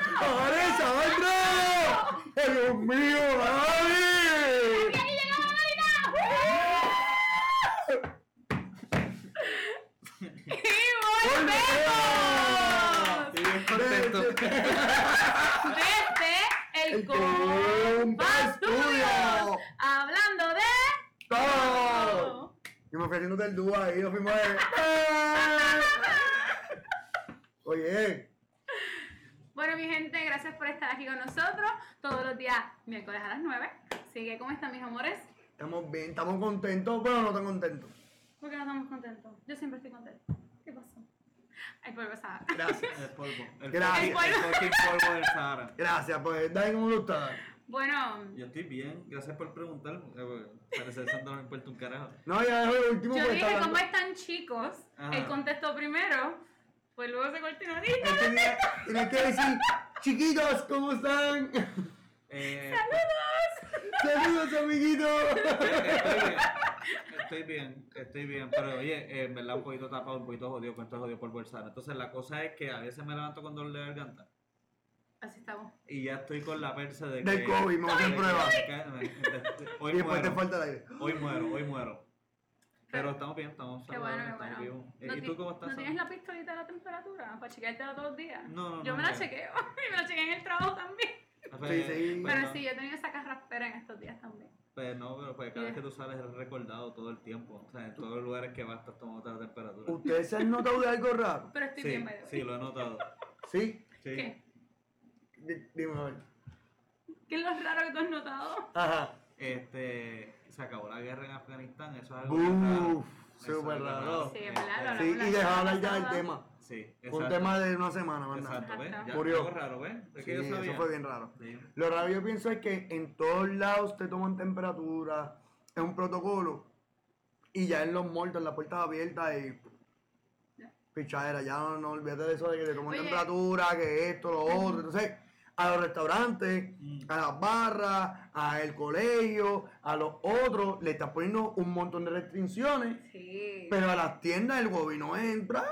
¡Vanessa, va entrando! ¡Ay, ¡Dios mío, Gaby! ¡Ahí llegó la Marina! ¡Y volvemos! Y bien contento. Desde el, El Compa Compa Studios. Studio. Hablando de... ¡Todo! Y me fui haciendo del dúo ahí, nos fuimos de... Oye, Bueno, mi gente, gracias por estar aquí con nosotros. Todos los días, miércoles a las 9. Así que, ¿cómo están mis amores? estamos bien, estamos contentos, pero no tan contentos. ¿Por qué no estamos contentos? Yo siempre estoy contenta. ¿Qué pasó? Ay, por pasar. Gracias. El polvo. El Gracias. polvo. El fucking polvo del Sahara. Gracias, pues, Dani, ¿cómo tú estás? Bueno, Yo estoy bien. Gracias por preguntar. eh, bueno, Parece que eso no me importa un carajo. No, ya dejo el último yo porque dije, está ¿cómo hablando. están chicos? Pues, Ajá. Eh. Él contestó primero, pues luego se continuó. ¡Dito! Él tenía- tenía que decir, chiquitos, ¿cómo están? Eh, Saludos, amiguitos. Estoy bien. Estoy bien, estoy bien, pero oye, eh, en verdad un poquito tapado, un poquito jodido con todo jodido por bolsar. Entonces la cosa es que a veces me levanto con dolor de garganta Así estamos. y ya estoy con la persa de que... Del COVID, vamos a hacer de que- pruebas. Hoy Y después te muero, falta el aire. hoy muero, hoy muero. Pero estamos bien, estamos Qué bueno, qué saludables, estamos bueno. vivos. Eh, ¿Y ti- tú cómo ¿No estás? Sam? tienes la pistolita de la temperatura para chequeártela todos los días? No, no, Yo no, me la no. chequeo y me la chequeé en el trabajo también. Pues, Sí, sí. pues, Pero no, sí, yo he tenido esa carraspera en estos días también. Pues no, pero pues cada vez Bien. que tú sales eres recordado todo el tiempo. O sea, en todos los lugares que vas estás tomando otra temperatura. ¿Ustedes se han notado de algo raro? Pero estoy Sí, bien, by the way. sí, lo he notado. ¿Sí? Sí. ¿Qué? D- Dime, a ver. ¿Qué es lo raro que tú has notado? Ajá. Este, se acabó la guerra en Afganistán, eso es algo bien raro. Uf, Eso es súper algo raro. Sí, es verdad, Sí, y dejaba hablar ya del Ajá. tema. Sí, Fue un exacto. tema de una semana, más nada. Exacto, ¿ves? Ya, Exacto. Murió. algo raro, ¿ves? Es Sí, que yo sabía. eso fue bien raro. Sí. Lo raro yo pienso es que en todos lados te toman temperatura, es un protocolo, y ya en los muertos, en las puertas abiertas y Ya. pichadera, ya no, no olvídate de eso de que te toman Oye. temperatura, que esto, lo otro. Entonces, a los restaurantes, Mm. a las barras, al colegio, a los otros, le están poniendo un montón de restricciones, Sí. pero a las tiendas el gobierno entra.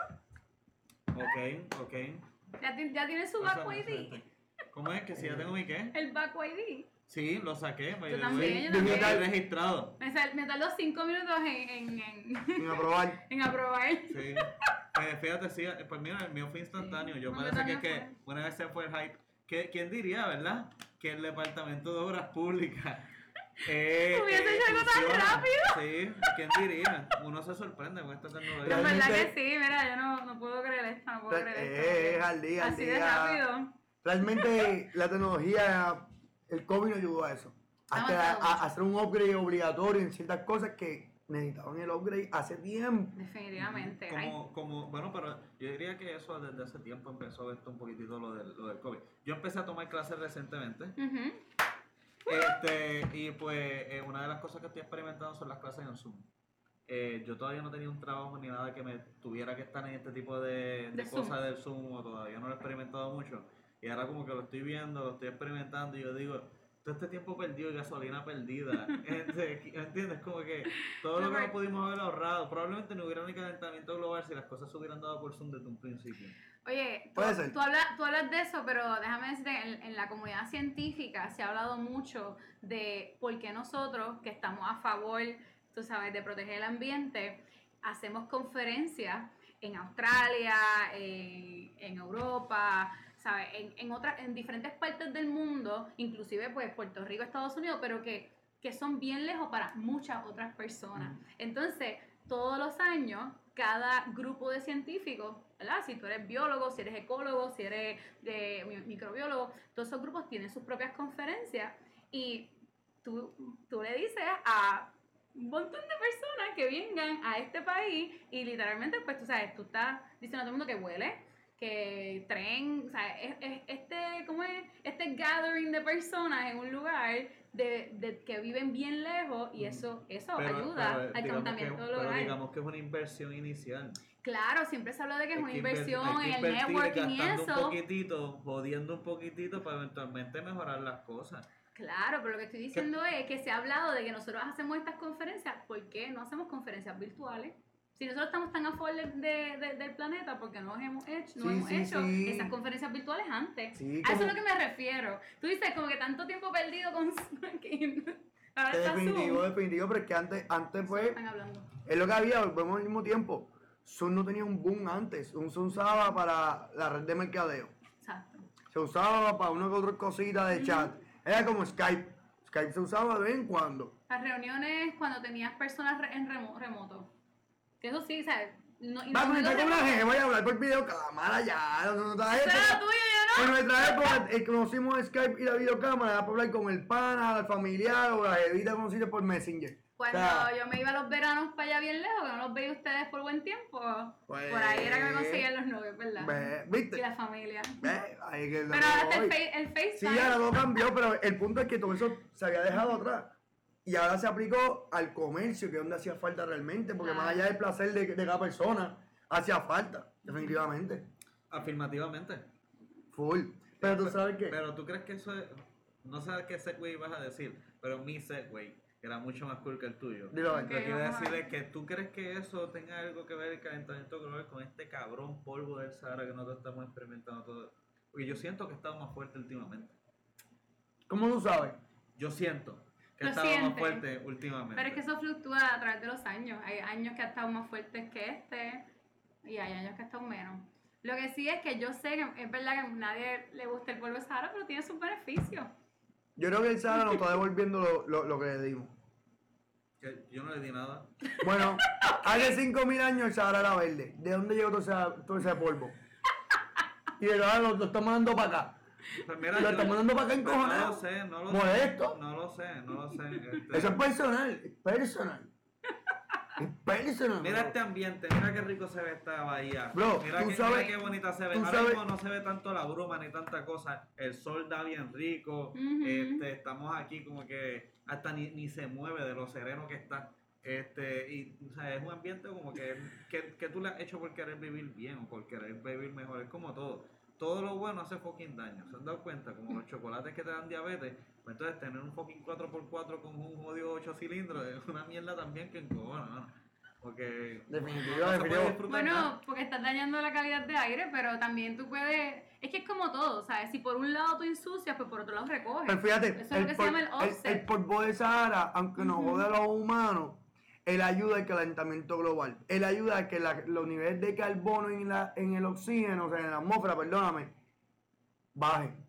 Ok, ok. Ya, ti- ya tiene su Pasa, Back ID. gente. ¿Cómo es que si ya tengo mi qué? El Back ID. Sí, lo saqué. by the way. también, yo Digital también. registrado. Me, sal- me tardó cinco minutos en, en, en, Sin aprobar. en aprobar. Sí. Pues fíjate, sí, eh, pues mira, el mío fue instantáneo. Yo No, parece que, yo también que una vez se fue el hype. ¿Qué- ¿Quién diría, verdad? Que el Departamento de Obras Públicas. eh, Hubiese eh, hecho algo tan funciona. rápido. Sí, ¿quién diría? Uno se sorprende con esta Pero en tecnología. verdad Realmente- que sí, mira, yo no, no puedo creer esto, no puedo Tra- creer eh, esto. eh, al día, al Así de día. rápido. Realmente la tecnología, el COVID nos ayudó a eso. A, que- a- a hacer un upgrade obligatorio en ciertas cosas que necesitaban el upgrade hace tiempo. Definitivamente. Ay, Como, como, bueno, pero yo diría que eso desde hace tiempo empezó esto un poquitito lo del, lo del COVID. Yo empecé a tomar clases recientemente. ujú. Este, y pues eh, una de las cosas que estoy experimentando son las clases en Zoom. Eh, yo todavía no tenía un trabajo ni nada que me tuviera que estar en este tipo de, de De Zoom. cosas del Zoom, o todavía no lo he experimentado mucho. Y ahora como que lo estoy viendo, lo estoy experimentando y yo digo, todo este tiempo perdido y gasolina perdida. Este, ¿Entiendes? Como que todo lo que no pudimos haber ahorrado, probablemente no hubiera ni calentamiento global si las cosas se hubieran dado por Zoom desde un principio. Oye, tú, Puede ser. tú hablas, tú hablas de eso, pero déjame decirte, en, en la comunidad científica se ha hablado mucho de por qué nosotros, que estamos a favor, tú sabes, de proteger el ambiente, hacemos conferencias en Australia, en, en Europa, ¿sabes? En, en, otras, en diferentes partes del mundo, inclusive pues Puerto Rico, Estados Unidos, pero que, que son bien lejos para muchas otras personas. Mm. Entonces, todos los años, cada grupo de científicos, ¿verdad? Si tú eres biólogo, si eres ecólogo, si eres de mi- microbiólogo, todos esos grupos tienen sus propias conferencias y tú, tú le dices a un montón de personas que vengan a este país y literalmente, pues tú sabes, tú estás diciendo a todo el mundo que huele, que tren, o sea, es- es- este, ¿cómo es? Este gathering de personas en un lugar de, de- que viven bien lejos y eso, eso ayuda pero, al digamos que- calentamiento pero global. digamos que es una inversión inicial. Claro, siempre se habla de que es Hay una que inversión inver- hay en que el invertir networking y gastando un eso. poquitito, jodiendo un poquitito para eventualmente mejorar las cosas. Claro, pero lo que estoy diciendo es que se ha hablado de que nosotros hacemos estas conferencias. ¿Por qué no hacemos conferencias virtuales? Si nosotros estamos tan a favor de- de- de- del planeta, porque no hemos hecho, no Sí, hemos sí, hecho sí. esas conferencias virtuales antes. Sí, a eso como- es lo que me refiero. Tú dices como que tanto tiempo perdido con Ahora está Definitivo, Zoom. definitivo, pero es que antes, antes pues. fue, Están hablando. es lo que había, volvemos al mismo tiempo. Zoom no tenía un boom antes, un Zoom se usaba para la red de mercadeo, Exacto. se usaba para una que otra cosita de chat, era como Skype, Skype se usaba de vez en cuando. Las reuniones cuando tenías personas re- en remo- remoto. Que eso sí, ¿sabes? No, y Va a no digo conectar con una remoto, jefa voy a hablar por video, calamara ya, no, no, no, no, pero no. lo tuyo, yo En no. nuestra época eh, conocimos Skype y la videocámara era para hablar con el pana, la familiar o la jevita conocida por Messenger. O Cuando sea, yo me iba a los veranos para allá bien lejos, que no los veía ustedes por buen tiempo, Pues- por ahí era que me conseguían los novios, ¿verdad? ve, Y Pues, ¿Viste? la familia. Ve, ahí es que Pero ahora está voy. el, Face- el Sí, FaceTime. ahora todo cambió, pero el punto es que todo eso se había dejado atrás. Y ahora se aplicó al comercio, que es donde hacía falta realmente, porque Claro. más allá del placer de, de cada persona, hacía falta, definitivamente. Afirmativamente. Full. Pero tú sabes que... Pero tú crees que eso es. No sé qué segway vas a decir, pero mi segway era mucho más cool que el tuyo. Dilo, a ver. Ok, Lo que iba a vamos a decir ver. es que tú crees que eso tenga algo que ver el calentamiento global con este cabrón polvo del Sahara que nosotros estamos experimentando todo. Porque yo siento que estaba más fuerte últimamente. ¿Cómo tú sabes? Yo siento que Lo estaba más siente. fuerte últimamente. Pero es que eso fluctúa a través de los años. Hay años que ha estado más fuertes que este y hay años que ha estado menos. Lo que sí es que yo sé que es verdad que a nadie le gusta el polvo de Sahara, pero tiene sus beneficios. Yo creo que el Sara nos está devolviendo lo- lo- lo que le dimos. Que yo no le di nada. Bueno, hace 5.000 años el Sahara era verde. ¿De dónde llegó todo ese, todo ese polvo? Y de verdad lo, lo estamos mandando para acá. Pues mira, Lo yo- estamos mandando para acá pues No encojonado. lo sé, no lo Molesto. sé. No lo sé, no lo sé. este- Eso es personal, es personal. Es personal. Mira bro. este ambiente, mira qué rico se ve esta bahía. Bro, mira, tú qué, sabes- mira qué bonita se ve. tú Ahora sabes- mismo no se ve tanto la bruma ni tanta cosa. El sol da bien rico. Ujú. este, estamos aquí como que hasta ni, ni se mueve de lo sereno que está. Este, y o sea, es un ambiente como que, que, que tú le has hecho por querer vivir bien o por querer vivir mejor. Es como todo. Todo lo bueno hace fucking daño. ¿Se han dado cuenta? Como los chocolates que te dan diabetes. Pues entonces tener un fucking 4x4 con un jodido 8 cilindros es una mierda también que encojona, mano. Porque Definitivo, no se puede definitivo. disfrutar nada. Bueno, porque estás dañando la calidad de aire, pero también tú puedes... Es que es como todo, ¿sabes? Si por un lado tú ensucias, pues por otro lado recoges. Pero fíjate, Eso es lo que se llama el offset. el polvo de Sahara, aunque nos Ujú. jode a los humanos, él ayuda al calentamiento global. Él ayuda a que la- los niveles de carbono en, la, en el oxígeno, o sea, en la atmósfera, perdóname, bajen.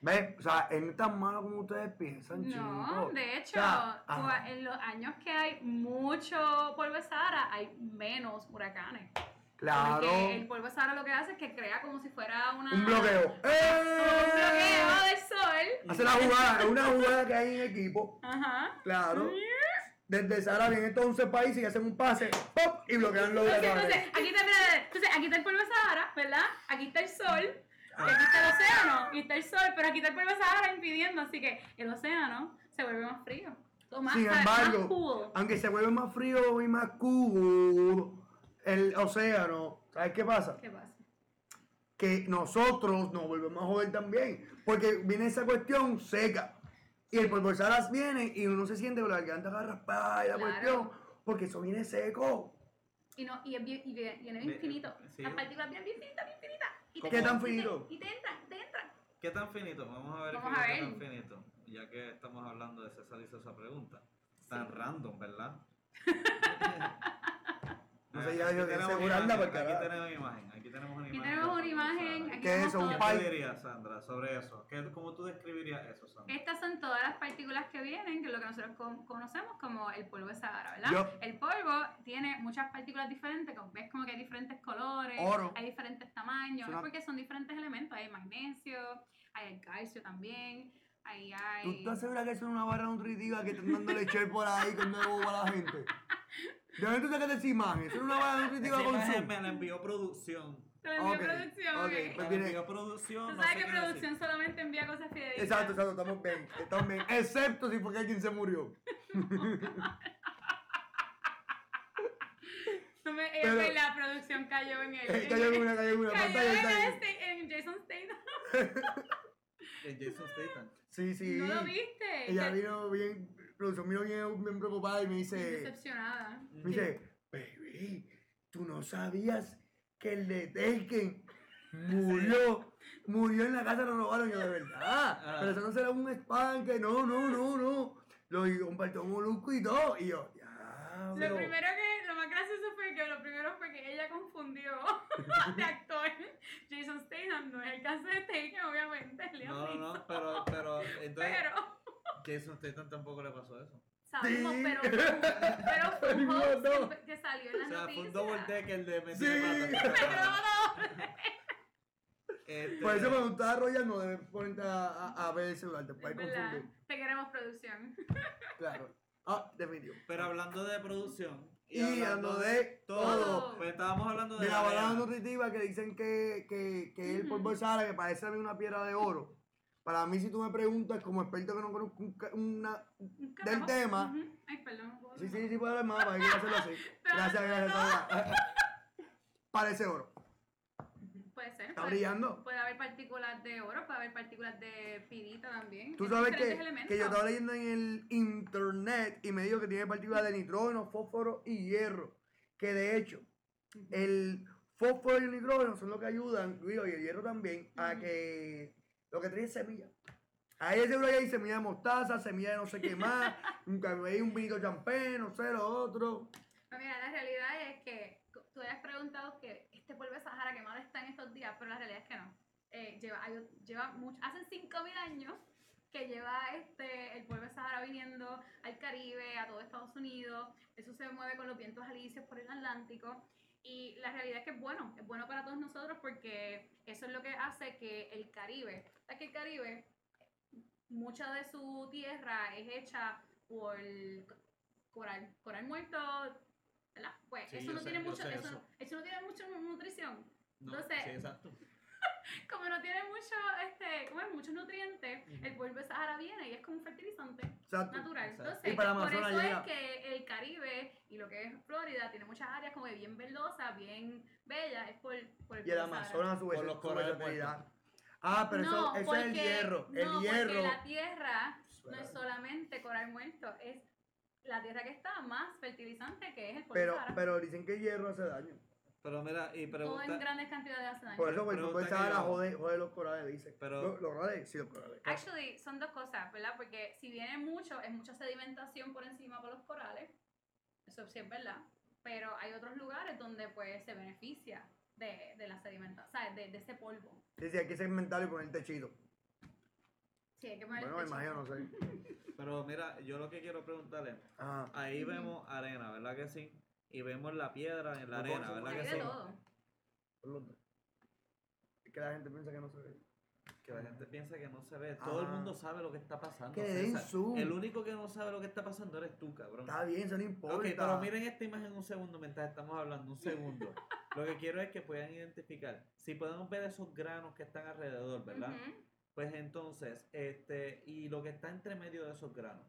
¿Ves? O sea, él no es tan malo como ustedes piensan, No, chicos. de O hecho, sea, cua- ajá. en los años que hay mucho polvo de Sahara, hay menos huracanes. Claro. Porque el polvo de Sahara lo que hace es que crea como si fuera una... Un bloqueo. Un bloqueo ¡Eh! del sol. Hace la jugada, es una jugada que hay en equipo. Ajá. Claro. Desde Sahara vienen estos 11 países y hacen un pase ¡pop! y bloquean los Entonces, entonces, huracanes. aquí está, espérate, entonces, aquí está el polvo de Sahara, ¿verdad? Aquí está el sol. y Aquí está el océano y está el sol, pero aquí está el polvo de Sahara impidiendo, así que el océano se vuelve más frío. O más, Sin más embargo, cool. Aunque se vuelve más frío y más cubo el océano, ¿sabes qué pasa? ¿Qué pasa? Que nosotros nos volvemos a joder también. Porque viene esa cuestión seca. Y el polvo de Sahara viene y uno se siente con la garganta raspada y la Claro. cuestión. Porque eso viene seco. Y, no, y, es bien, y bien- y no es Ve- eh, infinito. sí. Las partículas bien infinitas, bien infinitas. Y te- ¿Qué tan y te- finito? Y te entran, te entran. ¿Qué tan finito? Vamos a ver, Vamos qué a es ver. tan finito. Ya que estamos hablando de César hizo esa pregunta. Tan random, ¿verdad? No sé, ya Aquí yo- tenemos seguro anda imagen, por carajo. Aquí tenemos imagen, aquí tenemos una Aquí imagen. tenemos una del Pablo imagen. Aquí Sara. ¿Qué tenemos es eso? Un todas- pa- ¿Qué Pai- tú dirías, Sandra, sobre eso? ¿Qué, ¿Cómo tú describirías eso, Sandra? Estas son todas las partículas que vienen, que es lo que nosotros con- conocemos como el polvo de Sahara, ¿verdad? Yo- El polvo tiene muchas partículas diferentes, como- ves como que hay diferentes colores, Oro. hay diferentes tamaños, Suena- es porque son diferentes elementos, hay magnesio, hay el calcio también, ahí ¿Tú hay... estás segura que eso es una barra nutritiva que están dando leche por ahí con nuevo a la gente? ¿De dónde tú sacas esa imagen? ¿Eso es una barra nutritiva Esa con imagen Zoom? me la envió producción. Te lo envío Ok, producción, ok. ¿eh? Pues Me la viene- envió producción. Tú no sabes sé que qué decir. producción solamente envía cosas fidedignas. Exacto, exacto, estamos bien, estamos bien. Excepto si porque alguien se murió. No me- eh, Pero- pues la producción cayó en el... Eh, Cayó en una, cayó en una cayó pantalla. en, este está el bien. sta- en Jason Statham. De Eh, Jason Statham. Sí, sí. ¿No lo viste? Ella Te- vino bien, producción vino bien, bien preocupada y me dice, Decepcionada. me dice, baby, "Ey, tú no sabías que el de Taken murió, murió en la casa, lo robaron yo, de verdad. Ah. Pero eso no será un spam, que no, no, no, no. Lo compartió Molusco y todo. Y yo, ya, Lo primero que, lo más gracioso fue que lo primero fue que ella confundió de actor. Jason Statham no es el caso de Taken, obviamente. Liam No, no, Neeson. no, pero, pero, entonces, Pero, Jason Statham tampoco le pasó eso. sabemos, Sí. pero, pero fue un Pero hoax no. que, que salió en O las sea, fue un double noticias. decker de meter Sí. Pero pata. no. Este, Por Pues eso cuando estás arrollando, debes ponerte a, a- a ver el celular, te puedes Es verdad. confundir. Te queremos producción. Claro. Ah, definitivo. Pero hablando de producción. Y hablando de todo. todo. Pues estábamos hablando de. De la avena. balada nutritiva que dicen que, que, que es el polvo de Sahara, que parece a mí una piedra de oro. Para mí, si tú me preguntas, como experto que no conozco un ca- una... Un carajo. tema. Ujú. Ay, perdón. no puedo Sí, hablar. sí, sí, puedo hablar más, para que quiero hacerlo así. Gracias, gracias. gracias. Parece oro. Puede ser. Está puede- brillando. Puede haber partículas de oro, puede haber partículas de pirita también. Tú Hay sabes diferentes que, elementos. que yo estaba leyendo en el internet y me dijo que tiene partículas de nitrógeno, fósforo y hierro. Que de hecho, el fósforo y el nitrógeno son los que ayudan, digo, y el hierro también, a Ujú. que lo que trae es semilla. Ahí seguro que hay semilla de mostaza, semilla de no sé qué más, un café, un vinito champé, no sé, lo otro. Pues mira, la realidad es que co- tú habías preguntado que este polvo de Sahara quemado está en estos días, pero la realidad es que no. Eh, lleva, hay- lleva mucho, hace 5.000 años que lleva este, el polvo de Sahara viniendo al Caribe, a todo Estados Unidos. Eso se mueve con los vientos alisios por el Atlántico. Y la realidad es que es bueno, es bueno para todos nosotros porque eso es lo que hace que el Caribe, o sea, que el Caribe, mucha de su tierra es hecha por coral, coral muerto, ¿verdad? Pues Sí, eso, yo no sé, tiene yo mucho, sé eso, eso. eso no tiene mucha nutrición. No, Entonces- sí, exacto. Como no tiene mucho, este, bueno, muchos nutrientes, Ujú. el polvo de Sahara viene y es como un fertilizante Exacto. natural. Exacto. Entonces, Y para por Amazonas eso llega. es que el Caribe y lo que es Florida tiene muchas áreas como que bien verdosas, bien bellas, es por, por el Y el polvo de Sahara. Amazonas a su vez. Por los corales muertos. Ah, pero No, eso, eso es el porque- hierro. no, el hierro. Porque la tierra no es solamente coral muerto, es la tierra que está más fertilizante que es el polvo de Pero, Sahara. pero dicen que el hierro hace daño. Pero mira, y Todo en pregunta. grandes cantidades hace daño. Por eso, pues, Pero tú puedes está saber a que yo- joder, joder los corales, dice. Pero- ¿Los, los corales? Sí, los corales. Actually, son dos cosas, ¿verdad? Porque si viene mucho, es mucha sedimentación por encima por los corales, eso sí es verdad, pero hay otros lugares donde pues se beneficia de, de la sedimentación, ¿sabes? De, de ese polvo. Sí, sí, hay que segmentarlo y ponerte chido. Sí, hay que poner el Bueno, me techo. imagino, no sé. Pero mira, yo lo que quiero preguntarle. Ajá. Ahí Ujú. vemos arena, ¿verdad que sí? Y vemos la piedra en Los la arena, boxes. ¿verdad Hay que de sí? todo. por los dos. Es que la gente piensa que no se ve. Que la gente piensa que no se ve. Todo el Ah. mundo sabe lo que está pasando. Que le den César. zoom. El único que no sabe lo que está pasando eres tú, cabrón. Está bien, eso no importa. Ok, pero miren esta imagen un segundo mientras estamos hablando, un segundo. Lo que quiero es que puedan identificar. Si podemos ver esos granos que están alrededor, ¿verdad? Ujú. Pues entonces, este, y lo que está entre medio de esos granos.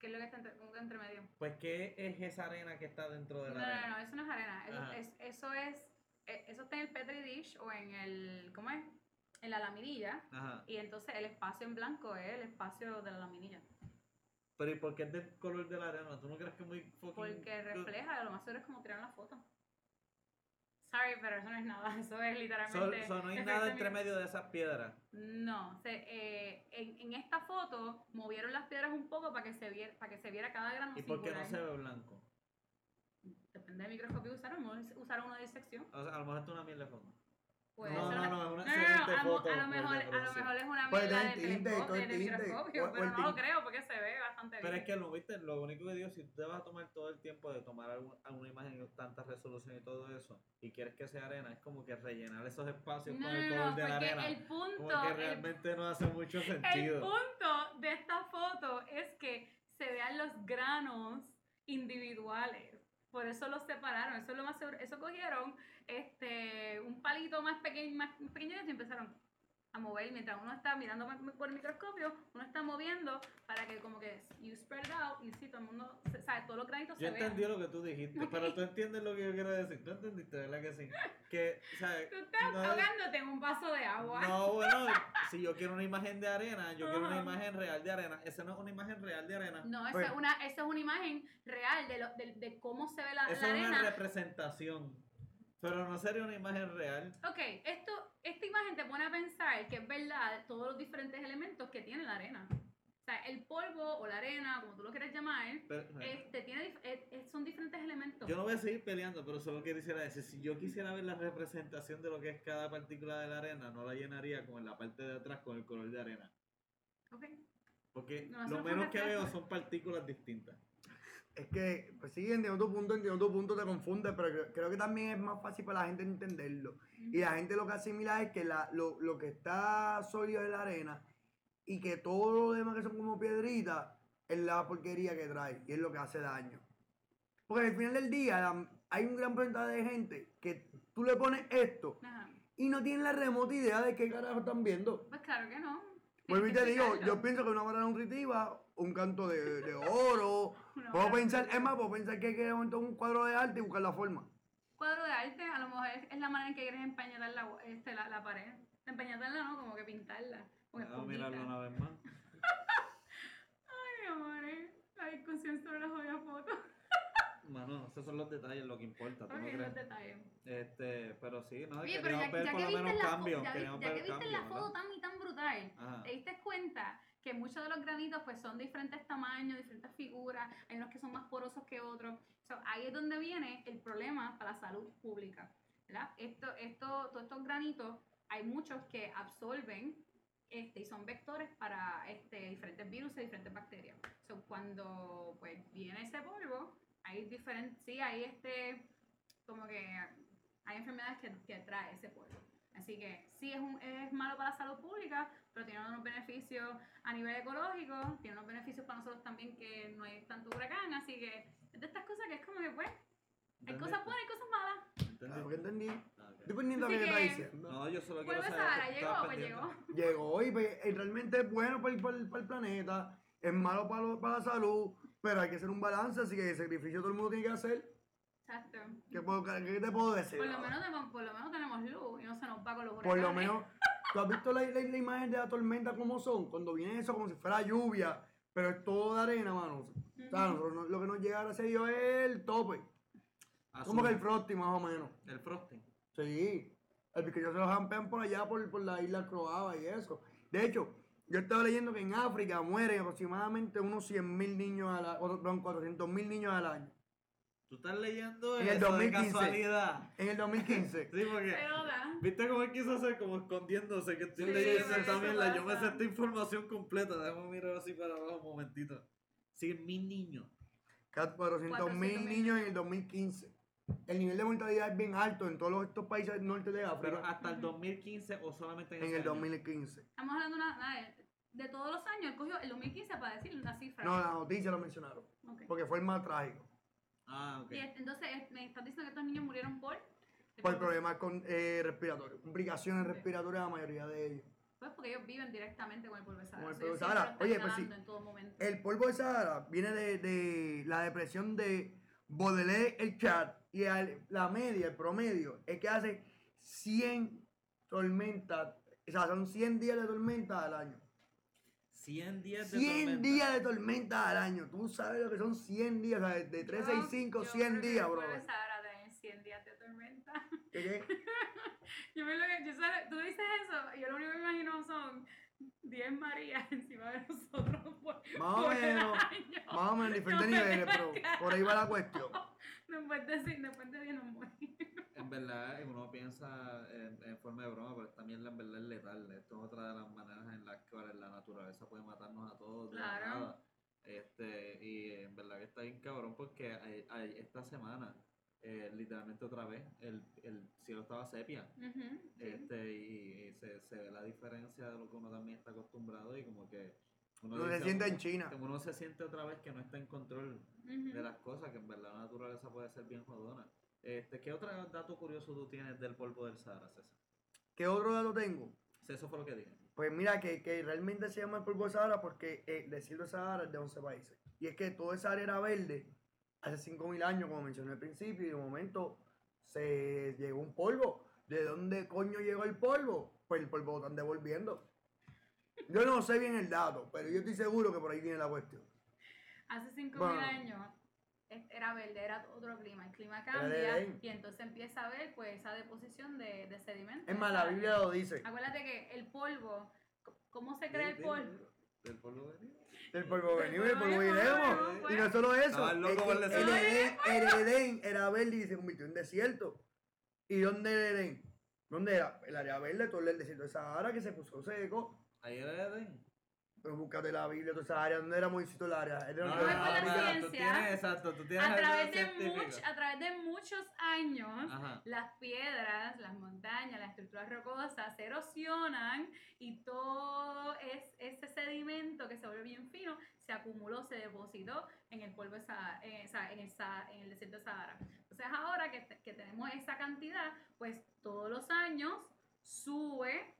¿Qué es lo que está entre, como que entre medio? Pues, ¿qué es esa arena que está dentro de No, la no, arena? no, no, eso no es arena. Eso Ajá. es, eso es, eh, eso está en el Petri dish o en el, ¿cómo es? En la laminilla. Ajá. Y entonces el espacio en blanco es el espacio de la laminilla. Pero ¿y por qué es del color de la arena? ¿Tú no crees que es muy fucking- Porque refleja, lo más seguro es como tirar la foto. Sorry, pero eso no es nada, eso es So, literalmente... so no hay efecto nada mi- entre medio de esas piedras. No, se, eh, en, en esta foto movieron las piedras un poco para que se viera, para que se viera cada grano ¿Y por qué no singular. se ve blanco? Depende del microscopio que usaron, a lo mejor usaron uno de disección. O sea, a lo mejor es una mierda de fondo. Puede no, ser no, una- no, es una Pues No, no, no, excelente a, mo- foto. pues, a lo de mejor, a lo reproducción. mejor es una Pues Puede mierda tener de tinte, telescopio, todo el de tinte, o- microscopio, o pero el no lo tinte. creo porque se ve bastante bien. Pero es que lo viste, lo único que digo, si tú te vas a tomar todo el tiempo de tomar algún- alguna imagen con tanta resolución y todo eso, y quieres que sea arena, es como que rellenar esos espacios no, con el no, color no, de la porque arena. el Como punto, que el realmente no hace mucho El sentido. punto de esta foto es que se vean los granos individuales. Por eso los separaron, eso es lo más seguro. Eso cogieron este, un palito más pequeño, más pequeño y empezaron a mover. Mientras uno está mirando por- por el microscopio, uno está moviendo para que como que you spread out y si todo el mundo, se- o sea, todos los granitos Yo se vean. entendí lo que tú dijiste, pero tú entiendes lo que yo quiero decir. Tú entendiste, ¿verdad que sí? Que, o sea, Tú estás No. ahogándote en un vaso de agua. Ah. no, bueno, si yo quiero una imagen de arena, yo quiero una imagen real de arena. Esa no es una imagen real de arena. No, esa, Pues- es, una, esa es una imagen real de, lo- de, de cómo se ve la, Esa la es una arena. representación. Pero no sería una imagen real. Ok, esto, esta imagen te pone a pensar que es verdad todos los diferentes elementos que tiene la arena. O sea, el polvo o la arena, como tú lo quieras llamar, Pero- este, tiene, dif- eh, eh, son diferentes elementos. Yo no voy a seguir peleando, pero solo quisiera decir, si yo quisiera ver la representación de lo que es cada partícula de la arena, no la llenaría con la parte de atrás con el color de arena. Ok. Porque No, eso lo no menos fue que reflejo. veo son partículas distintas. Es que, pues sí, entiendo tu punto, entiendo tu punto, te confunde, pero creo, creo que también es más fácil para la gente entenderlo. Y la gente lo que asimila es que la, lo, lo que está sólido es la arena y que todo lo demás que son como piedritas es la porquería que trae y es lo que hace daño. Porque al final del día la- hay un gran porcentaje de gente que tú le pones esto Ajá. y no tienen la remota idea de qué carajo están viendo. Pues claro que no. Este, Vuelvo y te Pues digo, yo pienso pienso que una vara nutritiva, un canto de, de oro. Una puedo vara pensar, es más, puedo pensar que hay que montar un cuadro de arte y buscar la forma. Cuadro de arte, a lo mejor es, es la manera en que quieres empañetar la, gu- este, la, la pared. Empañetarla, ¿no? Como que pintarla. Con Vamos a espumita. mirarlo una vez más. Ay, amores. La discusión sobre la jodida foto. Mano, esos son los detalles, lo que importa, ¿tú Ok, no los crees? detalles. Este, pero sí, no, Oye, pero queríamos ya, ver ya por que lo viste menos la, fo- ya, cambios, vi- queríamos ya ver que viste la cambios, foto ¿verdad? tan y tan brutal, Ajá. te diste cuenta que muchos de los granitos pues son de diferentes tamaños, diferentes figuras, hay unos que son más porosos que otros. So, ahí es donde viene el problema para la salud pública. ¿verdad? Esto, esto, todos estos granitos, hay muchos que absorben este, y son vectores para este, diferentes virus y diferentes bacterias. So, cuando pues, viene ese polvo, hay diferentes, sí, hay este, como que hay enfermedades que, que trae ese polvo. Así que sí es, un, es malo para la salud pública, pero tiene unos beneficios a nivel ecológico, tiene unos beneficios para nosotros también que no hay tanto huracán, así que es de estas cosas que es como que pues, hay ¿Entendiste? cosas buenas y cosas malas. ¿Entendiste? Claro, que entendí. Ah, ok. Estoy pendiente de lo que Así está que- diciendo. No, yo solo quiero Vuelve saber. Sahara, que tú llegó, estabas pues pendiente. llegó. Llegó y pues, eh, realmente es bueno para el, para el- para el planeta, es malo para, lo- para la salud, pero hay que hacer un balance, así que el sacrificio todo el mundo tiene que hacer. Exacto. ¿Qué, puedo- qué te puedo decir? Por lo, menos, tenemos- por lo menos tenemos luz y no se nos va con los huracanes. Por lo menos, ¿tú has visto la, la- la imagen de la tormenta como son? Cuando viene eso como si fuera lluvia, pero es todo de arena, mano. O sea, nosotros no- lo que nos llega a Dios es el tope. Azul. Como que el frosty más o menos. Ah, El frosting. Sí. El que ellos se los ampean por allá, por, por la isla Croaba y eso. De hecho, yo estaba leyendo que en África mueren aproximadamente unos 100.000 niños al año, perdón, 400.000 niños al año. Tú estás leyendo En el eso de 2015. casualidad. En el 2015. Sí, porque. Pelota. ¿Viste cómo él quiso hacer? Como escondiéndose, que estoy Sí, leyendo pero esa eso mierda. Yo me sé pasa. esta información completa. Déjame mirar así para abajo un momentito. Sí, mi niño. 400.000 niños en el 2015. El nivel de mortalidad es bien alto en todos estos países del norte de Pero África hasta el 2015 o solamente en, en ese el año. 2015. Estamos hablando de, una- nada, de- de todos los años, él cogió el 2015 para decir una cifra. No, la noticia lo mencionaron. Ok. Porque fue el más trágico. Ah, ok. Y este, entonces eh, me estás diciendo que estos niños murieron por... Pues Por problemas con, eh, respiratorios. Complicaciones respiratorias, la mayoría de ellos. Pues porque ellos viven directamente con el polvo de Sahara. Con el So, polvo de ellos siempre Sahara. lo están Oye, pues sí. inhalando En todo momento. El polvo de Sahara viene de, de la depresión de Baudelaire, el chat, y al- la media, el promedio, es que hace 100 tormentas, o sea, son 100 días de tormenta al año. 100 días de 100 tormenta. días de tormenta al año. Tú sabes lo que son 100 días, o sea, de- de 3, 6, 5, 100 días, bro. Yo prefiero el polvo de Sahara de 100 días de tormenta. ¿Qué, qué? Yo me lo que... Yo solo- tú dices eso, yo lo único que me imagino son 10 Marías encima de nosotros por, Más o por el menos, año. Más o menos en diferentes No me niveles, pero vengas. por ahí va la cuestión. Después de, sí- después de 10 nos morimos. En verdad, uno piensa en, en forma de broma, pero esta mierda en verdad es letal. Esto es otra de las maneras en las cuales la naturaleza puede matarnos a todos. de la Claro. nada. Este, y en verdad que está bien cabrón porque hay- hay- esta semana, eh, literalmente otra vez, el, el cielo estaba sepia. Ujú, sí. Eh, Este, y, y se, se ve la diferencia de lo que uno también está acostumbrado y como que uno, Lo que se dice, siente en "Uno- China. uno se siente otra vez que no está en control Ujú. de las cosas, que en verdad la naturaleza puede ser bien jodona. Este, ¿Qué otro dato curioso tú tienes del polvo del Sahara, César? ¿Qué otro dato tengo? Sí, Eso fue lo que dije. Pues mira, que, que realmente se llama el polvo de Sahara porque eh, el desierto de Sahara es de 11 países. Y es que toda esa área era verde hace 5.000 años, como mencioné al principio, y de momento se llegó un polvo. ¿De dónde coño llegó el polvo? Pues el polvo lo están devolviendo. Yo no sé bien el dato, pero yo estoy seguro que por ahí viene la cuestión. Hace 5.000 Bueno. años es- era verde, era otro clima. El clima Era de cambia Edén. y entonces empieza a haber pues esa deposición de, de sedimentos. Es más, la Biblia lo dice. Acuérdate que el polvo, c- ¿cómo se crea el polvo? ¿Del polvo de Dios? Del polvo venimos, del polvo Del polvo iremos. venimos, Y pues. no solo eso, Estaba loco es que por decirlo. el, Edén, el Edén era verde y se convirtió en desierto. ¿Y dónde era el Edén? ¿Dónde era? El área verde, todo el desierto de Sahara que se puso seco. Ahí era Edén. Pero búscate la Biblia, toda esa área. ¿Dónde era Moisés toda la área? Era No, donde no, era no, la no, Biblia. no, tú ciencia. tienes, exacto, tú tienes A evidencia través, de científica. much- a través de muchos años, Ajá. las piedras, las montañas, las estructuras rocosas se erosionan y todo es, ese sedimento que se volvió bien fino se acumuló, se depositó en el polvo de Sahara- eh, o sea, en, el Sa- en el desierto de Sahara. Entonces ahora que, te- que tenemos esa cantidad, pues todos los años sube,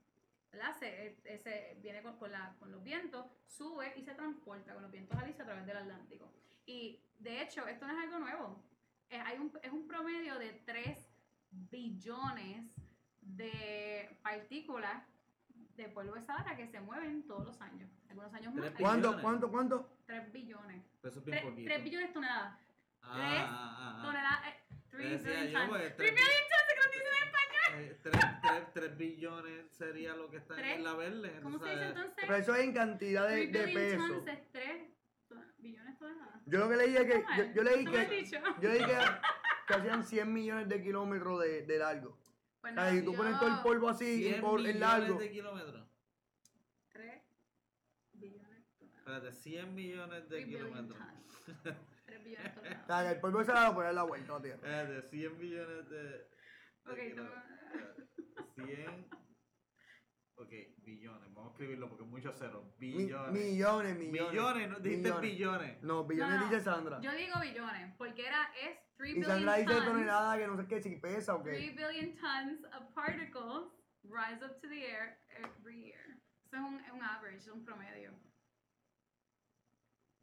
¿verdad? Se- eh, se- viene con, con la- con los vientos, sube y se transporta con los vientos alisios a través del Atlántico. Y de hecho, esto no es algo nuevo. Eh, hay un- es un promedio de 3 billones de partículas de polvo de Sahara que se mueven todos los años. Algunos años más. Tres hay- ¿Cuánto, Millones. cuánto, cuánto? 3 billones. Pero eso es bien 3, poquito. billones de toneladas. Ah, tres ah, ah. Toneladas. eh, Te 3 decía billion yo, porque times. tres 3 billion times se contiene en español. Eh, tres- tres- tres billones sería lo que está Tres. en la verde. ¿Cómo se dice entonces? Pero eso es en cantidad de, 3 de billion peso. tons es 3 billones de toneladas. Yo lo que leí es que. Está Yo, mal. yo leí Tú me has que. dicho. Yo leí que, que hacían 100 millones de kilómetros de, de largo. Pues O sea, si tú yo- pones todo el polvo así, en, por- en largo. de kilómetros. 3 billones de toneladas. Espérate, 100 millones de 3 billion kilómetros. tons. 3 billones de O toneladas. sea, que el polvo se la va a poner la vuelta a la Tierra. Espérate, 100 millones de. de Ok, kilómetros. toma. Espérate, 100. Ok, billones. Vamos a escribirlo porque es mucho cero. Mi- Billones. millones, millones. millones, ¿no? Dijiste millones. billones. No, billones No, no. dice Sandra. Yo digo billones, porque era es 3 Y billion Sandra dice tons. tonelada que no sé qué, si pesa o 3 qué. billion tons of particles rise up to the air every year. Eso es un, un average, un promedio.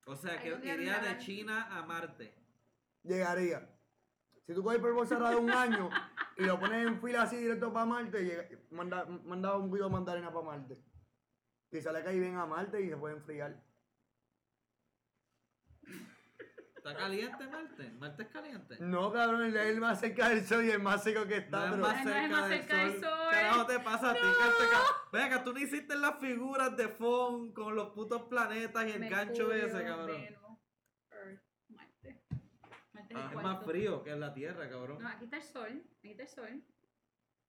O sea, que Algún día iría de llegarán. China a Marte. Llegaría. Si tú coges el polvo cerrado un año y lo pones en fila así directo para Marte, llega- manda, mandaba un guido mandarina para Marte. Y sale que ahí bien a Marte y se puede enfriar. ¿Está caliente Marte? ¿Marte es caliente? No, cabrón, el el más cerca del sol y el más seco que No está, es pero más No es cerca, más del, cerca del sol. sol. Carajo te pasa a ti, Carteca? Ven acá, tú no hiciste las figuras de Fon con los putos planetas y el gancho Mercurio, ese, cabrón. Venus, Earth, Marte. Marte es Ah, el es más cuarto. frío que en la Tierra, cabrón. No, aquí está el sol, aquí está el sol.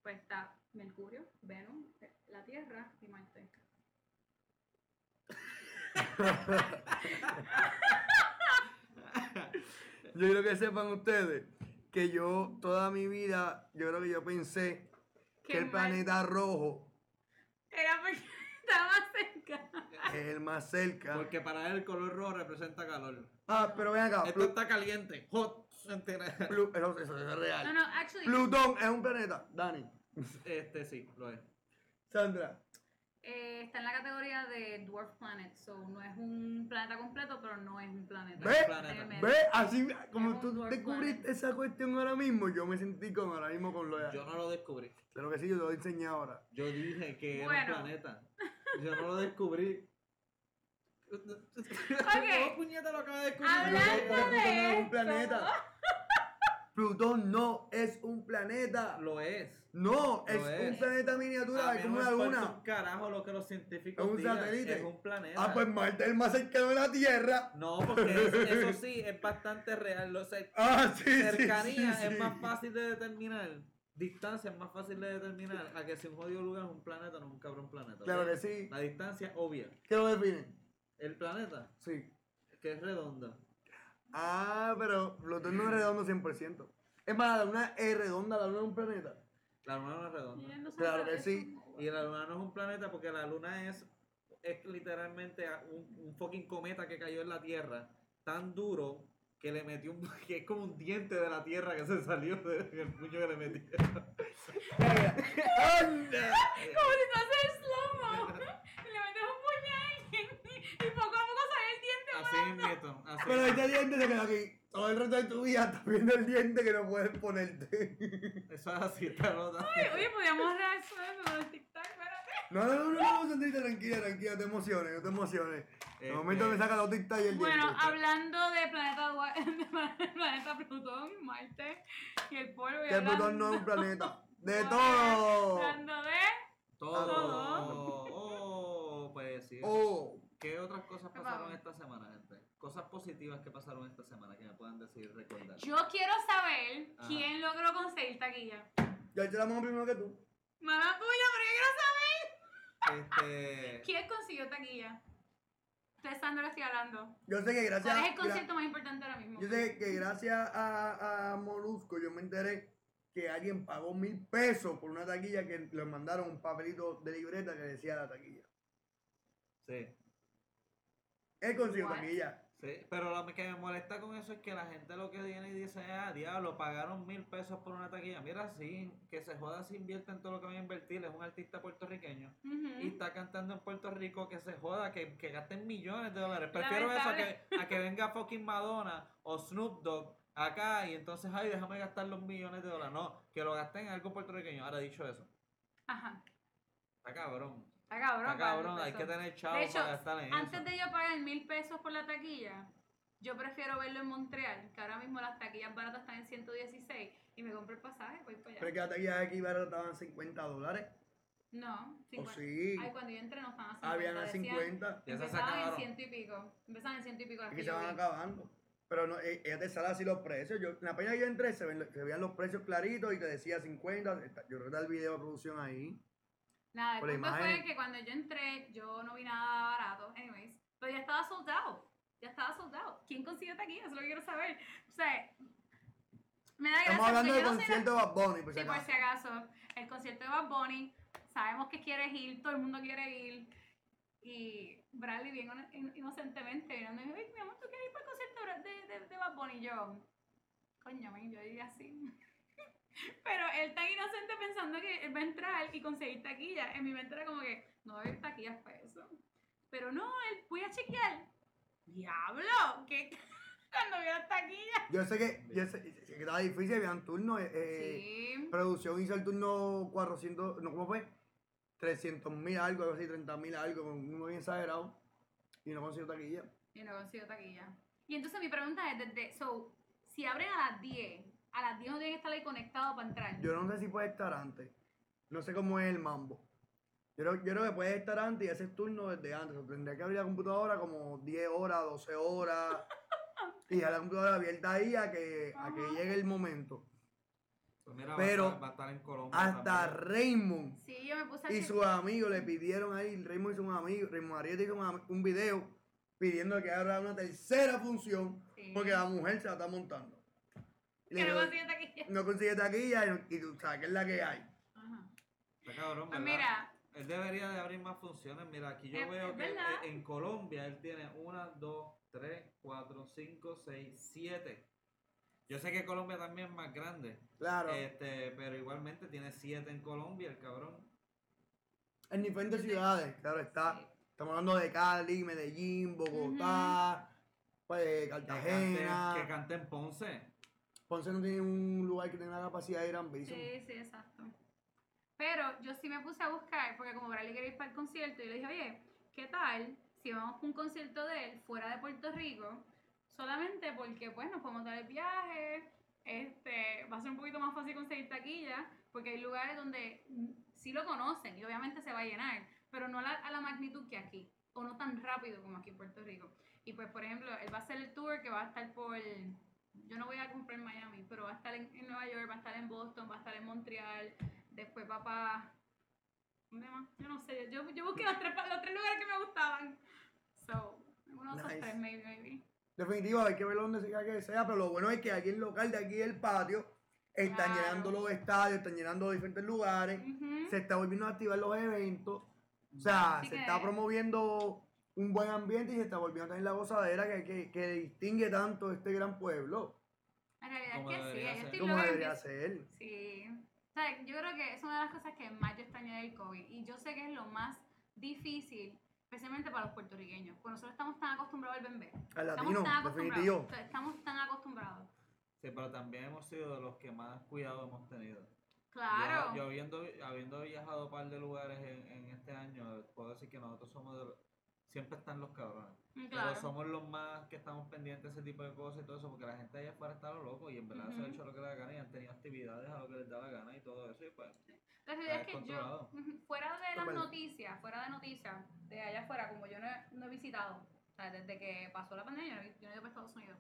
Pues está Mercurio, Venus, la Tierra y Marte. yo creo que sepan ustedes que yo toda mi vida, yo creo que yo pensé que el Mar- planeta rojo Era porque estaba más cerca. es el más cerca. Porque para él el color rojo representa calor. Ah, pero ven acá, Esto Plu- está caliente. Hot. ¿entiendes? Plu- eso, eso es real. No, no, actually. Plutón es un planeta, Dani. Este sí, lo es. Sandra, Eh, está en la categoría de Dwarf Planet, so no es un planeta completo, pero no es un planeta. ¿Ve? Planeta. Tremendo. ve, así como Es un tú dwarf descubriste planet. esa cuestión ahora mismo, yo me sentí como ahora mismo con lo de... Yo no lo descubrí. Claro que sí, yo te lo enseñé ahora. Yo dije que era Bueno. un planeta. Yo no lo descubrí. ¿Cómo puñeta lo acaba de descubrir? Hablando Porque Plutón no es de un esto. planeta. Plutón no es un planeta. Lo es. No, es, es. un planeta miniatura, es como una luna. un carajo lo que los científicos Es un digan, satélite. Es un planeta. Ah, pues Marte es el más cercano de la Tierra. No, porque es- eso sí es bastante real. Lo sé. Ah, sí, sí, cercanía sí, sí. es más fácil de determinar. Distancia es más fácil de determinar. A que si un jodido lugar es un planeta, no es un cabrón planeta. Claro ¿ok? que sí. La distancia es obvia. ¿Qué lo definen? El planeta, Sí. que es redondo. Ah, pero Plutón no es redondo 100%. Es más, la luna es redonda, la luna es un planeta. La luna no es redonda. No sé Claro nada que de sí. eso. Y la luna no es un planeta porque la luna es, es literalmente a- un, un fucking cometa que cayó en la Tierra tan duro que le metió un, que es como un diente de la Tierra que se salió de- del puño que le Eh, metieron. ¡Anda! Como si tú haces slow-mo y le metes un puñal a alguien y poco a poco sale el diente. Así es, Nieto. Así Pero es. este diente se queda aquí. Todo el resto de tu vida estás viendo el diente que no puedes ponerte. Eso es así, está rota. Oye, oye, podríamos rehacer eso en el TikTok, espérate. No, no, no, no, no, Sandrita, tranquila, tranquila, te emociones, no te emociones. De Este- momento me saca la autista y el Bueno, diente. hablando de planeta, Dua- de planeta Plutón, Marte y el polvo. y Que el hablando- botón no es un planeta. ¡De No, todo! Hablando de. Todo. Oh, pues sí. ¡Oh! ¿Qué otras cosas Por pasaron favor. esta semana, gente? Cosas positivas que pasaron esta semana que me puedan decir, recordar. Yo quiero saber Ajá. quién logró conseguir taquilla. Ya te la mano primero que tú. Mamá tuya, pero yo quiero saber Este. quién consiguió taquilla. Usted, Sandra, estoy hablando. Yo sé que gracias. ¿Cuál es el gra- concierto más importante ahora mismo? Yo sé que gracias a, a Molusco yo me enteré que alguien pagó mil pesos por una taquilla que le mandaron un papelito de libreta que decía la taquilla. Sí. Él consiguió What? taquilla. Sí, pero lo que me molesta con eso es que la gente lo que viene y dice, ah, diablo, pagaron mil pesos por una taquilla. Mira, sí, que se joda si invierte en todo lo que voy a invertir. Es un artista puertorriqueño Ujú. y está cantando en Puerto Rico, que se joda, que, que gasten millones de dólares. Prefiero eso a que, a que venga fucking Madonna o Snoop Dogg acá y entonces, ay, déjame gastar los millones de dólares. No, que lo gasten en algo puertorriqueño. Ahora, dicho eso, Ajá. está cabrón. Está cabrón. Está cabrón, para hay empezar. que tener chavos De hecho, para gastar en Antes eso. de yo pagar mil pesos por la taquilla, yo prefiero verlo en Montreal, que ahora mismo las taquillas baratas están en 116 y me compro el pasaje, voy Pero para es allá. que la taquilla aquí barata estaban 50 dólares. No, 50. Oh, sí. Ay, cuando yo entré no estaban a 50. Habían a decían- 50. Ya se Empezaban en acabaron. ciento y pico. Empezaban en ciento y pico. las Y que que se yo van vi. acabando. Pero no, eh, ella te sale así los precios. Yo, en la peña que yo entré se, ven- se veían los precios claritos y te decía 50. Está- Yo creo que está el video de producción ahí. Nada, el Por la punto fue imagen. que cuando yo entré, yo no vi nada barato, anyways, pero ya estaba soldado, ya estaba soldado. ¿Quién consiguió taquilla? Eso es lo que quiero saber. O sea, me da gracia. Estamos hablando porque del yo no soy concierto de Bad Bunny, por si Sí, por acaso. si acaso. El concierto de Bad Bunny, sabemos que quieres ir, todo el mundo quiere ir. Y Bradley, bien ino- in- inocentemente, vino y me dijo, "Ay, mi amor, ¿tú quieres ir para el concierto Bra- de, de, de Bad Bunny? Y yo, coño, men, yo diría así. Pero él tan inocente pensando que él va a entrar y conseguir taquilla. En mi mente era como que, no debe haber taquillas para eso. Pero no, él, voy a chequear. ¡Diablo! ¿Qué? Cuando vio las taquillas. Yo sé que, yo sé, que estaba difícil, habían turnos. eh, eh, Sí. Producción hizo el turno 400, no, ¿cómo fue? 300 mil algo, algo así, 30 mil algo, con un número bien exagerado. Y no consiguió taquilla. Y no consigo taquilla. Y entonces mi pregunta es, desde, so, si abren a las 10, a las 10 no tienen que estar ahí conectados para entrar. Yo no sé si puede estar antes. No sé cómo es el mambo. Yo creo, yo creo que puede estar antes y ese es turno desde antes. O sea, tendría que abrir la computadora como 10 horas, 12 horas. y dejar la computadora abierta ahí a que, a que Ajá. llegue el momento. Pues mira, Pero va, a estar, va a estar en Colombia. Hasta también. Raymond Sí, yo me puse a y chequear. sus amigos le pidieron ahí, Raymond hizo un amigo, Raymond Ariete hizo un, am- un video pidiendo que haga una tercera función Sí. porque la mujer se la está montando. Y le Que no digo, consigo taquilla. no consigue taquilla y, no- y tú sabes que es la que hay. Ajá. Está cabrón, Pues ¿verdad? mira, Él debería de abrir más funciones. Mira, aquí yo Es- veo es que verdad. eh, en Colombia él tiene 1, 2, 3, 4, 5, 6, 7. Yo sé que Colombia también es más grande. Claro, Este, pero igualmente tiene 7 en Colombia, el cabrón. en diferentes ciudades, claro está. Estamos hablando de Cali, Medellín, Bogotá, pues, Que cante, Cartagena. que cante en Ponce. Ponce no tiene un lugar que tenga la capacidad de ir a Ambition. sí, sí, exacto. Pero yo sí me puse a buscar, porque como Bradley quería ir para el concierto, yo le dije, oye, ¿qué tal si vamos a un concierto de él fuera de Puerto Rico? Solamente porque, pues, nos podemos dar el viaje, este, va a ser un poquito más fácil conseguir taquilla, porque hay lugares donde mm, sí lo conocen y obviamente se va a llenar, pero no la- a la magnitud que aquí, o no tan rápido como aquí en Puerto Rico. Y pues, por ejemplo, él va a hacer el tour que va a estar por, yo no voy a comprar en Miami, pero va a estar en, en Nueva York, va a estar en Boston, va a estar en Montreal, después va para, ¿dónde más? Yo no sé, yo, yo busqué los tres, pa- los tres lugares que me gustaban. So, uno de esos Nice. tres, maybe, maybe. Definitivo, hay que ver dónde sea que sea, pero lo bueno es que aquí el local de aquí del patio están Claro. llenando los estadios, están llenando los diferentes lugares, Ujú. se está volviendo a activar los eventos, o sea, Así se que- está promoviendo un buen ambiente y se está volviendo también la gozadera que, que, que distingue tanto este gran pueblo, La realidad Como es que sí, debería yo ser. estoy como loca que debería empiece- ser. Sí. O sea, yo creo que es una de las cosas que más yo extraño del COVID. Y yo sé que es lo más difícil, especialmente para los puertorriqueños. Porque nosotros estamos tan acostumbrados al bembé. Al Estamos latino, tan acostumbrados. definitivo. o sea, Estamos tan acostumbrados. Sí, pero también hemos sido de los que más cuidado hemos tenido. Claro. Yo, yo habiendo, habiendo viajado a un par de lugares en, en este año, puedo decir que nosotros somos de los- Siempre están los cabrones. Mm, claro. Pero somos los más que estamos pendientes de ese tipo de cosas y todo eso, porque la gente allá afuera está lo loco y en verdad se ha Ujú. hecho lo que le da la gana y han tenido actividades a lo que les da la gana y todo eso. Y pues, La realidad es Está que yo, descontrolado. ujú, fuera de Está las mal. noticias, fuera de noticias, de allá afuera, como yo no he, no he visitado, o sea, desde que pasó la pandemia, yo no he- yo no he ido para Estados Unidos.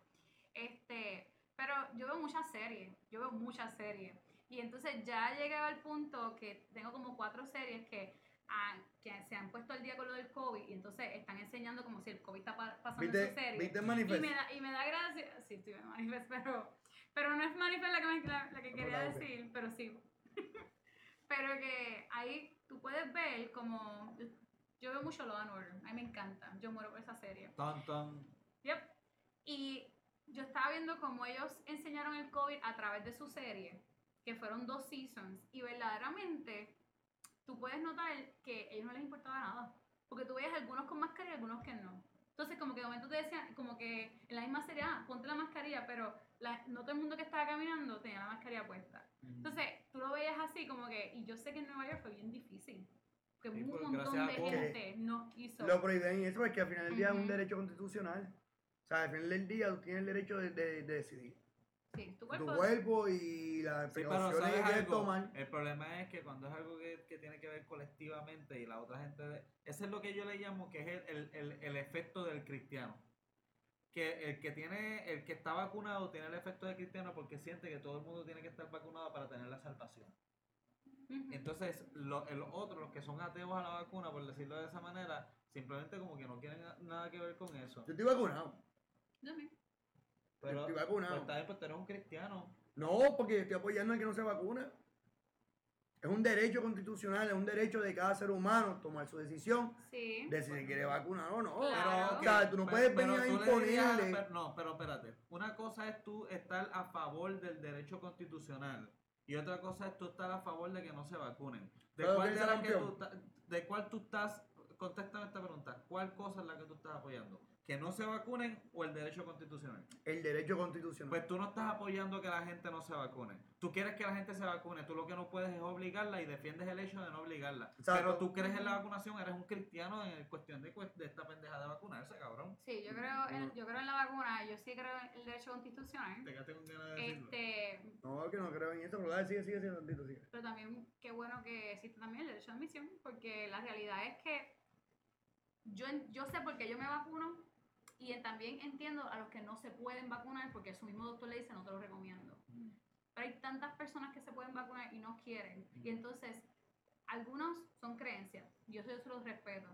Este, pero yo veo muchas series, yo veo muchas series. Y entonces ya llegué al punto que tengo como cuatro series que, han- que se han puesto al día con lo del COVID y entonces están enseñando como si el COVID está pa- pasando en ¿Viste, su serie. ¿Viste Y Manifest? me da, y me da gracia. Sí, estoy en Manifest, pero, pero no es Manifest la que, me- la, la que No, quería no, ok. decir, pero sí. pero que ahí tú puedes ver como. Yo veo mucho Law and Order, a mí me encanta, yo muero por esa serie. ton, ton. Yep. Y yo estaba viendo cómo ellos enseñaron el COVID a través de su serie, que fueron dos seasons, y verdaderamente tú puedes notar que a ellos no les importaba nada, porque tú veías algunos con mascarilla y algunos que no. Entonces, como que de momento te decían, como que en la misma serie, ah, ponte la mascarilla, pero la- no todo el mundo que estaba caminando tenía la mascarilla puesta. Entonces, tú lo veías así, como que, y yo sé que en Nueva York fue bien difícil, porque Sí, un porque montón gracias de a Cuomo. gente no quiso. Lo prohíben y eso es que al final del día es un Ujú. derecho constitucional. O sea, al final del día tú tienes el derecho de, de- de decidir. Sí, tu Tu cuerpo. cuerpo y las Sí, pero precauciones que ¿sabes quieres algo? tomar. El problema es que cuando es algo que, que tiene que ver colectivamente y la otra gente... de- ese es lo que yo le llamo que es el, el- el- el efecto del cristiano. Que el que tiene, el que está vacunado tiene el efecto del cristiano porque siente que todo el mundo tiene que estar vacunado para tener la salvación. Ujú. Entonces, lo- el otro, los que son ateos a la vacuna, por decirlo de esa manera, simplemente como que no quieren na- nada que ver con eso. Yo estoy vacunado. Yo también. Pero, estoy vacunado. Pues, está bien, pues tú eres un cristiano. No, porque yo estoy apoyando al que no se vacuna. Es un derecho constitucional, es un derecho de cada ser humano tomar su decisión Sí. de si se quiere vacunar o no. Claro. O sea, tú no Pero- puedes pero venir a tú le dirías a la imponerle. per- no, pero espérate. Una cosa es tú estar a favor del derecho constitucional y otra cosa es tú estar a favor de que no se vacunen. ¿De Pero cuál, ¿quién de, será las que campeón? tú ta- de cuál tú estás? Contéstame esta pregunta. ¿Cuál cosa es la que tú estás apoyando? ¿Que no se vacunen o el derecho constitucional? El derecho constitucional. Pues tú no estás apoyando que la gente no se vacune. Tú quieres que la gente se vacune. Tú lo que no puedes es obligarla y defiendes el hecho de no obligarla. Exacto. Pero tú crees en la vacunación, eres un cristiano en el cuestión de, cues- de esta pendeja de vacunarse, cabrón. Sí, yo creo, en, yo creo en la vacuna, yo sí creo en el derecho constitucional. Te quedaste con ganas de decirlo. Este, No, que no creo en eso, pero dale, sigue, sigue, sigue, tantito, sigue. pero también qué bueno que existe también el derecho de admisión, porque la realidad es que yo, en- yo sé por qué yo me vacuno y en- también entiendo a los que no se pueden vacunar porque su mismo doctor le dice no te lo recomiendo. Pero hay tantas personas que se pueden vacunar y no quieren. Y entonces, algunos son creencias, yo eso yo se los respeto.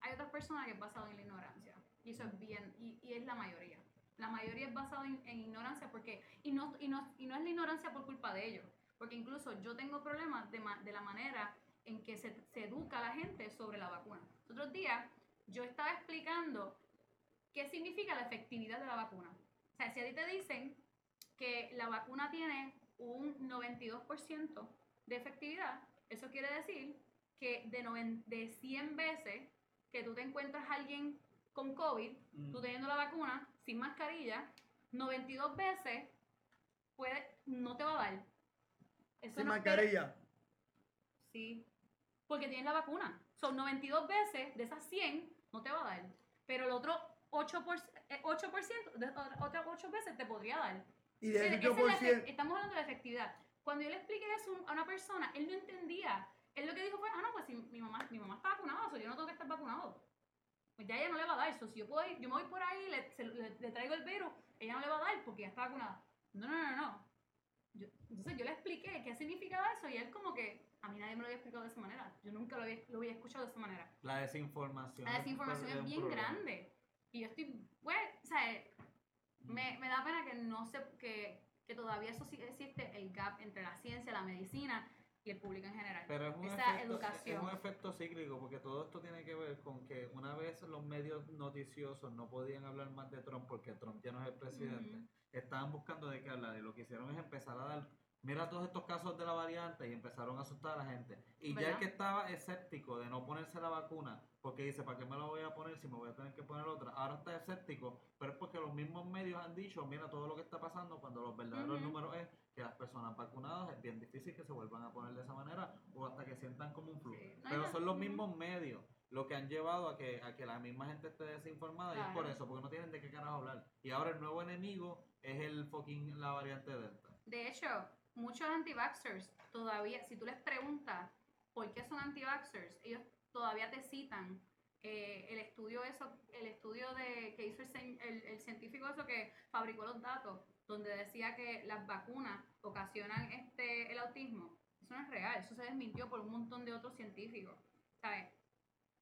Hay otras personas que es basado en la ignorancia, y eso es bien, y, y es la mayoría. La mayoría es basado en, en ignorancia porque, y no, y, no, y no es la ignorancia por culpa de ellos, porque incluso yo tengo problemas de, ma- de la manera en que se, se educa a la gente sobre la vacuna. Otros días yo estaba explicando qué significa la efectividad de la vacuna. O sea, si a ti te dicen que la vacuna tiene un 92% de efectividad, eso quiere decir que de, noven- de 100 veces que tú te encuentras a alguien con COVID, tú teniendo la vacuna, sin mascarilla, 92 veces puede, no te va a dar. Eso Sin no quiere- mascarilla. Sí. Porque tienes la vacuna. Son 92 veces de esas 100 no te va a dar. Pero el otro 8%, eh, 8% de otra- otras 8 veces te podría dar. Y Esa del es la efe- 8%. estamos hablando de la efectividad. Cuando yo le expliqué eso a una persona, él no entendía. Él lo que dijo fue, ah, no, pues si mi mamá, mi mamá está vacunada, so yo no tengo que estar vacunado. Pues ya ella no le va a dar eso. Si yo puedo ir, yo me voy por ahí, le, se- le- le traigo el virus, ella no le va a dar porque ya está vacunada. No, no, no, no. Yo- entonces yo le expliqué qué significaba eso y él como que, a mí nadie me lo había explicado de esa manera. Yo nunca lo había, lo había escuchado de esa manera. La desinformación. La desinformación un es bien problema. grande. Y yo estoy, pues, o sea, eh, Mm. me, me da pena que no se, que, que todavía eso sí existe, el gap entre la ciencia, la medicina y el público en general. Pero es un, Esa efecto, educación. es un efecto cíclico, porque todo esto tiene que ver con que una vez los medios noticiosos no podían hablar más de Trump porque Trump ya no es el presidente, Ujú. estaban buscando de qué hablar y lo que hicieron es empezar a dar mira todos estos casos de la variante y empezaron a asustar a la gente. Y ya el ¿Verdad? que estaba escéptico de no ponerse la vacuna, porque dice, ¿para qué me la voy a poner si me voy a tener que poner otra? Ahora está escéptico, pero es porque los mismos medios han dicho, mira todo lo que está pasando cuando los verdaderos Ujú. números es que las personas vacunadas es bien difícil que se vuelvan a poner de esa manera o hasta que sientan como un flujo. Sí. Pero Ajá. son los Ujú. mismos medios lo que han llevado a que, a que la misma gente esté desinformada y es por Claro. eso, porque no tienen de qué carajo hablar. Y ahora el nuevo enemigo es el fucking la variante Delta. De hecho, muchos anti-vaxxers todavía, si tú les preguntas por qué son anti-vaxxers, ellos todavía te citan eh, el estudio eso, el estudio de que hizo el, cien- el- el científico eso que fabricó los datos, donde decía que las vacunas ocasionan este el autismo. Eso no es real, eso se desmintió por un montón de otros científicos, ¿sabes?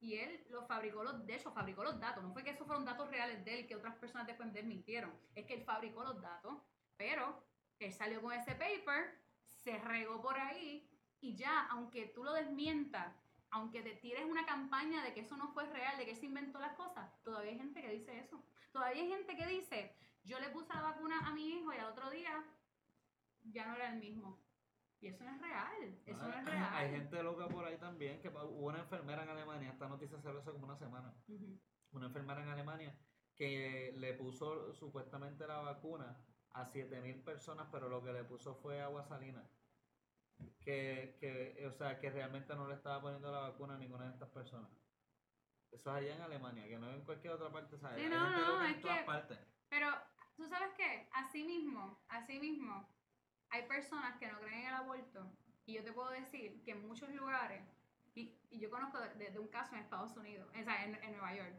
Y él lo fabricó, los, de hecho, fabricó los datos. No fue que esos fueron datos reales de él que otras personas después desmintieron. Es que él fabricó los datos, pero él salió con ese paper, se regó por ahí y ya, aunque tú lo desmientas, aunque te tires una campaña de que eso no fue real, de que él se inventó las cosas, todavía hay gente que dice eso. Todavía hay gente que dice, yo le puse la vacuna a mi hijo y al otro día ya no era el mismo. Y eso no es real, eso no es real. Hay gente loca por ahí también, que pa- hubo una enfermera en Alemania, esta noticia salió hace como una semana, Ujú. una enfermera en Alemania que le puso supuestamente la vacuna a 7000 personas, pero lo que le puso fue agua salina. Que, que, o sea, que realmente no le estaba poniendo la vacuna a ninguna de estas personas. Eso es allá en Alemania, que no en cualquier otra parte, ¿sabes? Sí, Hay no, gente no, loca en es todas que- partes. Pero, ¿tú sabes qué? Así mismo, así mismo, hay personas que no creen en el aborto. Y yo te puedo decir que en muchos lugares, y, y yo conozco de, de- de un caso en Estados Unidos, o sea, en, en Nueva York,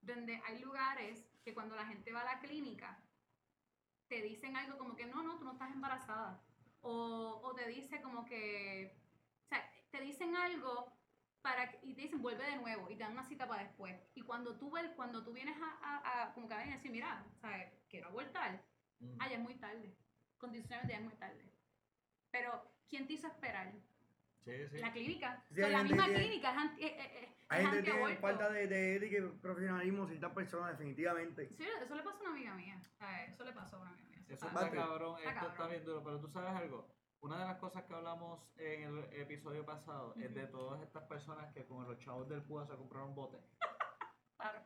donde hay lugares que cuando la gente va a la clínica, te dicen algo como que no, no, tú no estás embarazada. O, o te dice como que, o sea, te dicen algo para que- y te dicen vuelve de nuevo y te dan una cita para después. Y cuando tú ves, cuando tú vienes a, a- a- como que a venir y decir, mira, ¿sabes? Quiero abortar, Mm. ah, ya es muy tarde. Condicionalmente ya es muy tarde. Pero, ¿quién te hizo esperar? Sí, sí. La clínica. Sí, O sea, hay la gente misma que- clínica es, anti, eh, eh, eh, Hay es gente que tiene antiaborto. falta de, de ética y profesionalismo ciertas personas, definitivamente. Sí, eso le pasó a una amiga mía. ¿sabes? Eso le pasó a una amiga mía. Eso Eso está- está Patrick. cabrón, Está esto está cabrón. bien duro, pero tú sabes algo. Una de las cosas que hablamos en el episodio pasado es de Ujú. todas estas personas que con los chavos del púa se compraron botes. claro.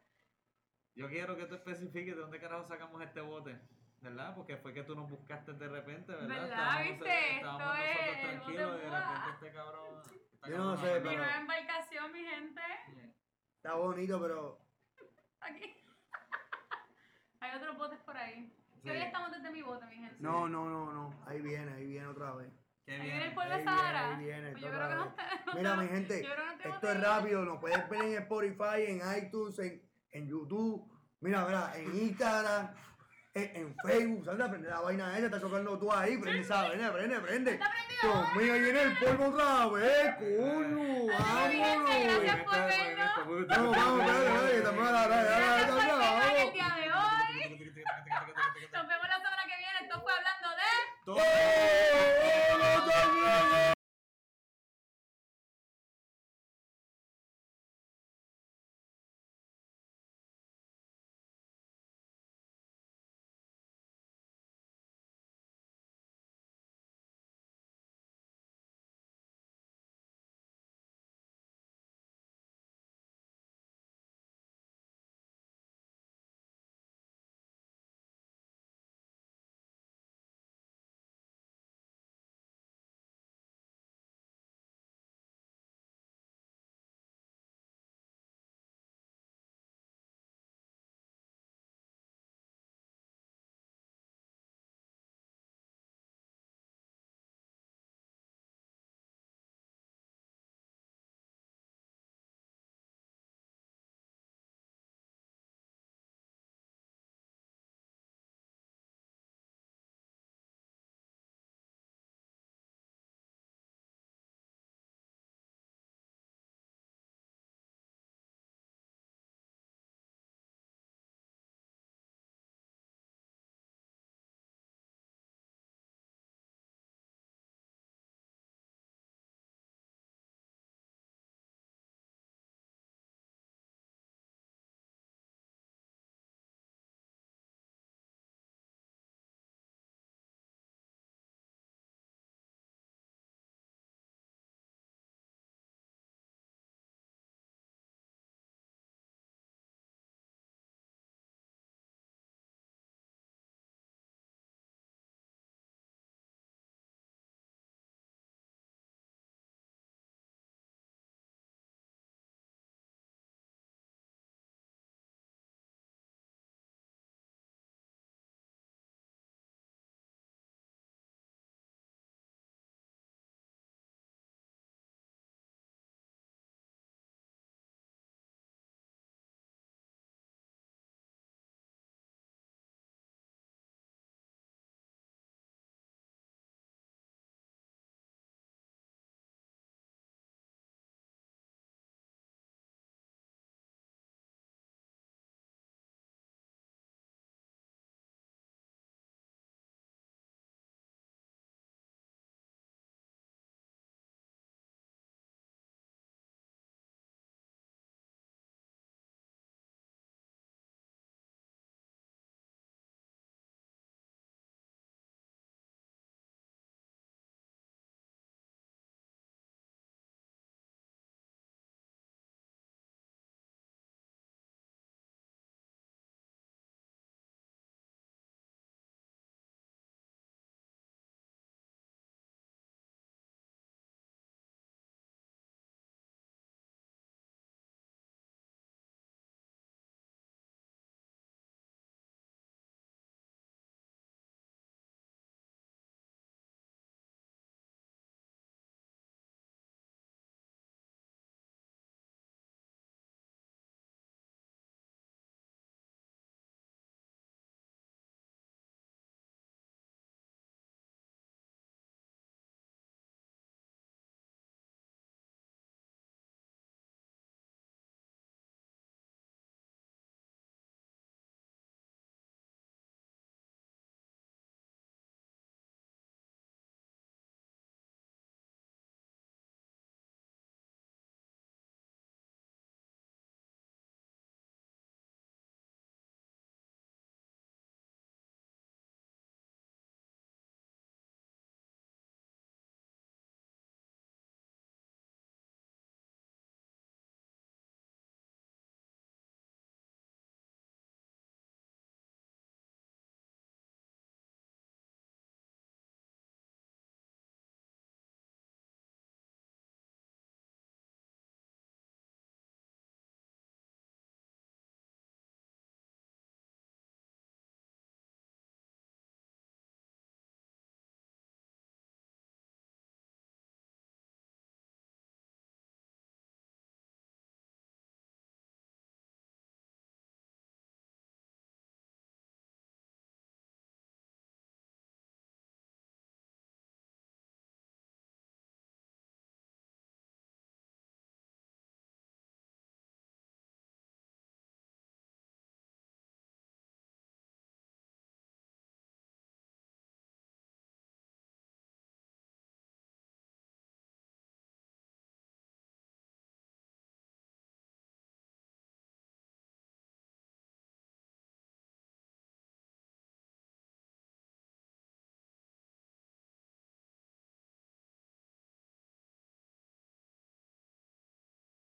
Yo quiero que tú especifiques de dónde carajo sacamos este bote, ¿verdad? Porque fue que tú nos buscaste de repente, ¿verdad? ¿Verdad? Estábamos, ¿Viste? estábamos Esto es nosotros el tranquilos bote y de púa. repente este cabrón. esta Yo no cabrona sé, me Mi pero- nueva embarcación, mi gente. pone- Está bonito, pero Aquí. Hay otros botes por ahí. Sí. Que hoy estamos desde mi bote, mi gente. no, no, no, no. Ahí viene, ahí viene otra vez. Qué Ahí bien. viene el polvo de Ahí viene, Sahara. ahí viene, Pues yo otra creo que no vez. está- no Mira, está- mi gente, yo creo que no tengo esto es tiempo. rápido. Nos puedes ver en Spotify, en iTunes, en, en YouTube. Mira, mira, en Instagram, en, en Facebook. Sandra, aprende la vaina esa. Está tocando tú ahí. Prende esa vaina, prende, prende. Está prendido. ¿eh? Dios mío, ahí viene el polvo otra vez, coño. Adiós, mi gente, Vámonos. gracias por vernos. Nos vamos.